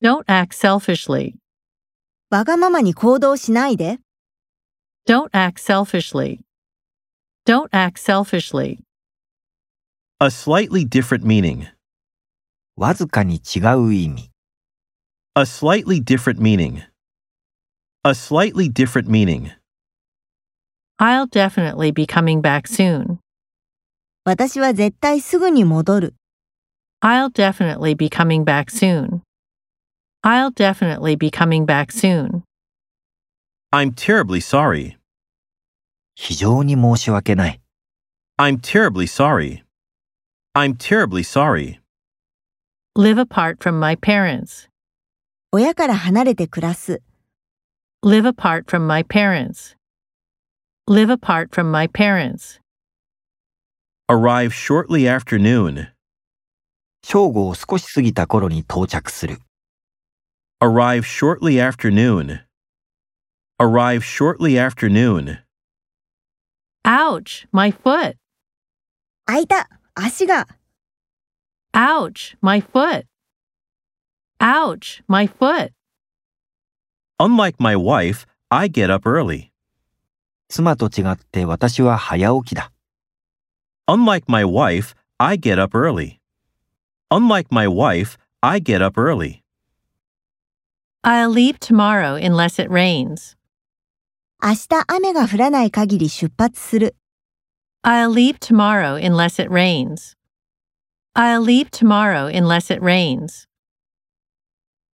Don't act selfishly. わがままに行動しないで。 Don't act selfishly. Don't act selfishly. A slightly different meaning. わずかに違う意味。 A slightly different meaning. A slightly different meaning. I'll definitely be coming back soon. 私は絶対すぐに戻る。 I'll definitely be coming back soon. I'll definitely be coming back soon. I'm terribly sorry. 非常に申し訳ない。 I'm terribly sorry. I'm terribly sorry. Live apart from my parents. 親から離れて暮らす。 Live apart from my parents. Live apart from my parents. Arrive shortly after noon. 正午を少し過ぎた頃に到着する。 Arrive shortly after noon. Arrive shortly after noon. Ouch, my foot. あいた足が Ouch, my foot. Ouch, my foot. Unlike my wife, I get up early. 妻と違って私は早起きだ。 Unlike my wife, I get up early. Unlike my wife, I get up early. I'll leave tomorrow unless it rains. 明日雨が降らない限り出発する。 I'll leave tomorrow unless it rains. I'll leave tomorrow unless it rains.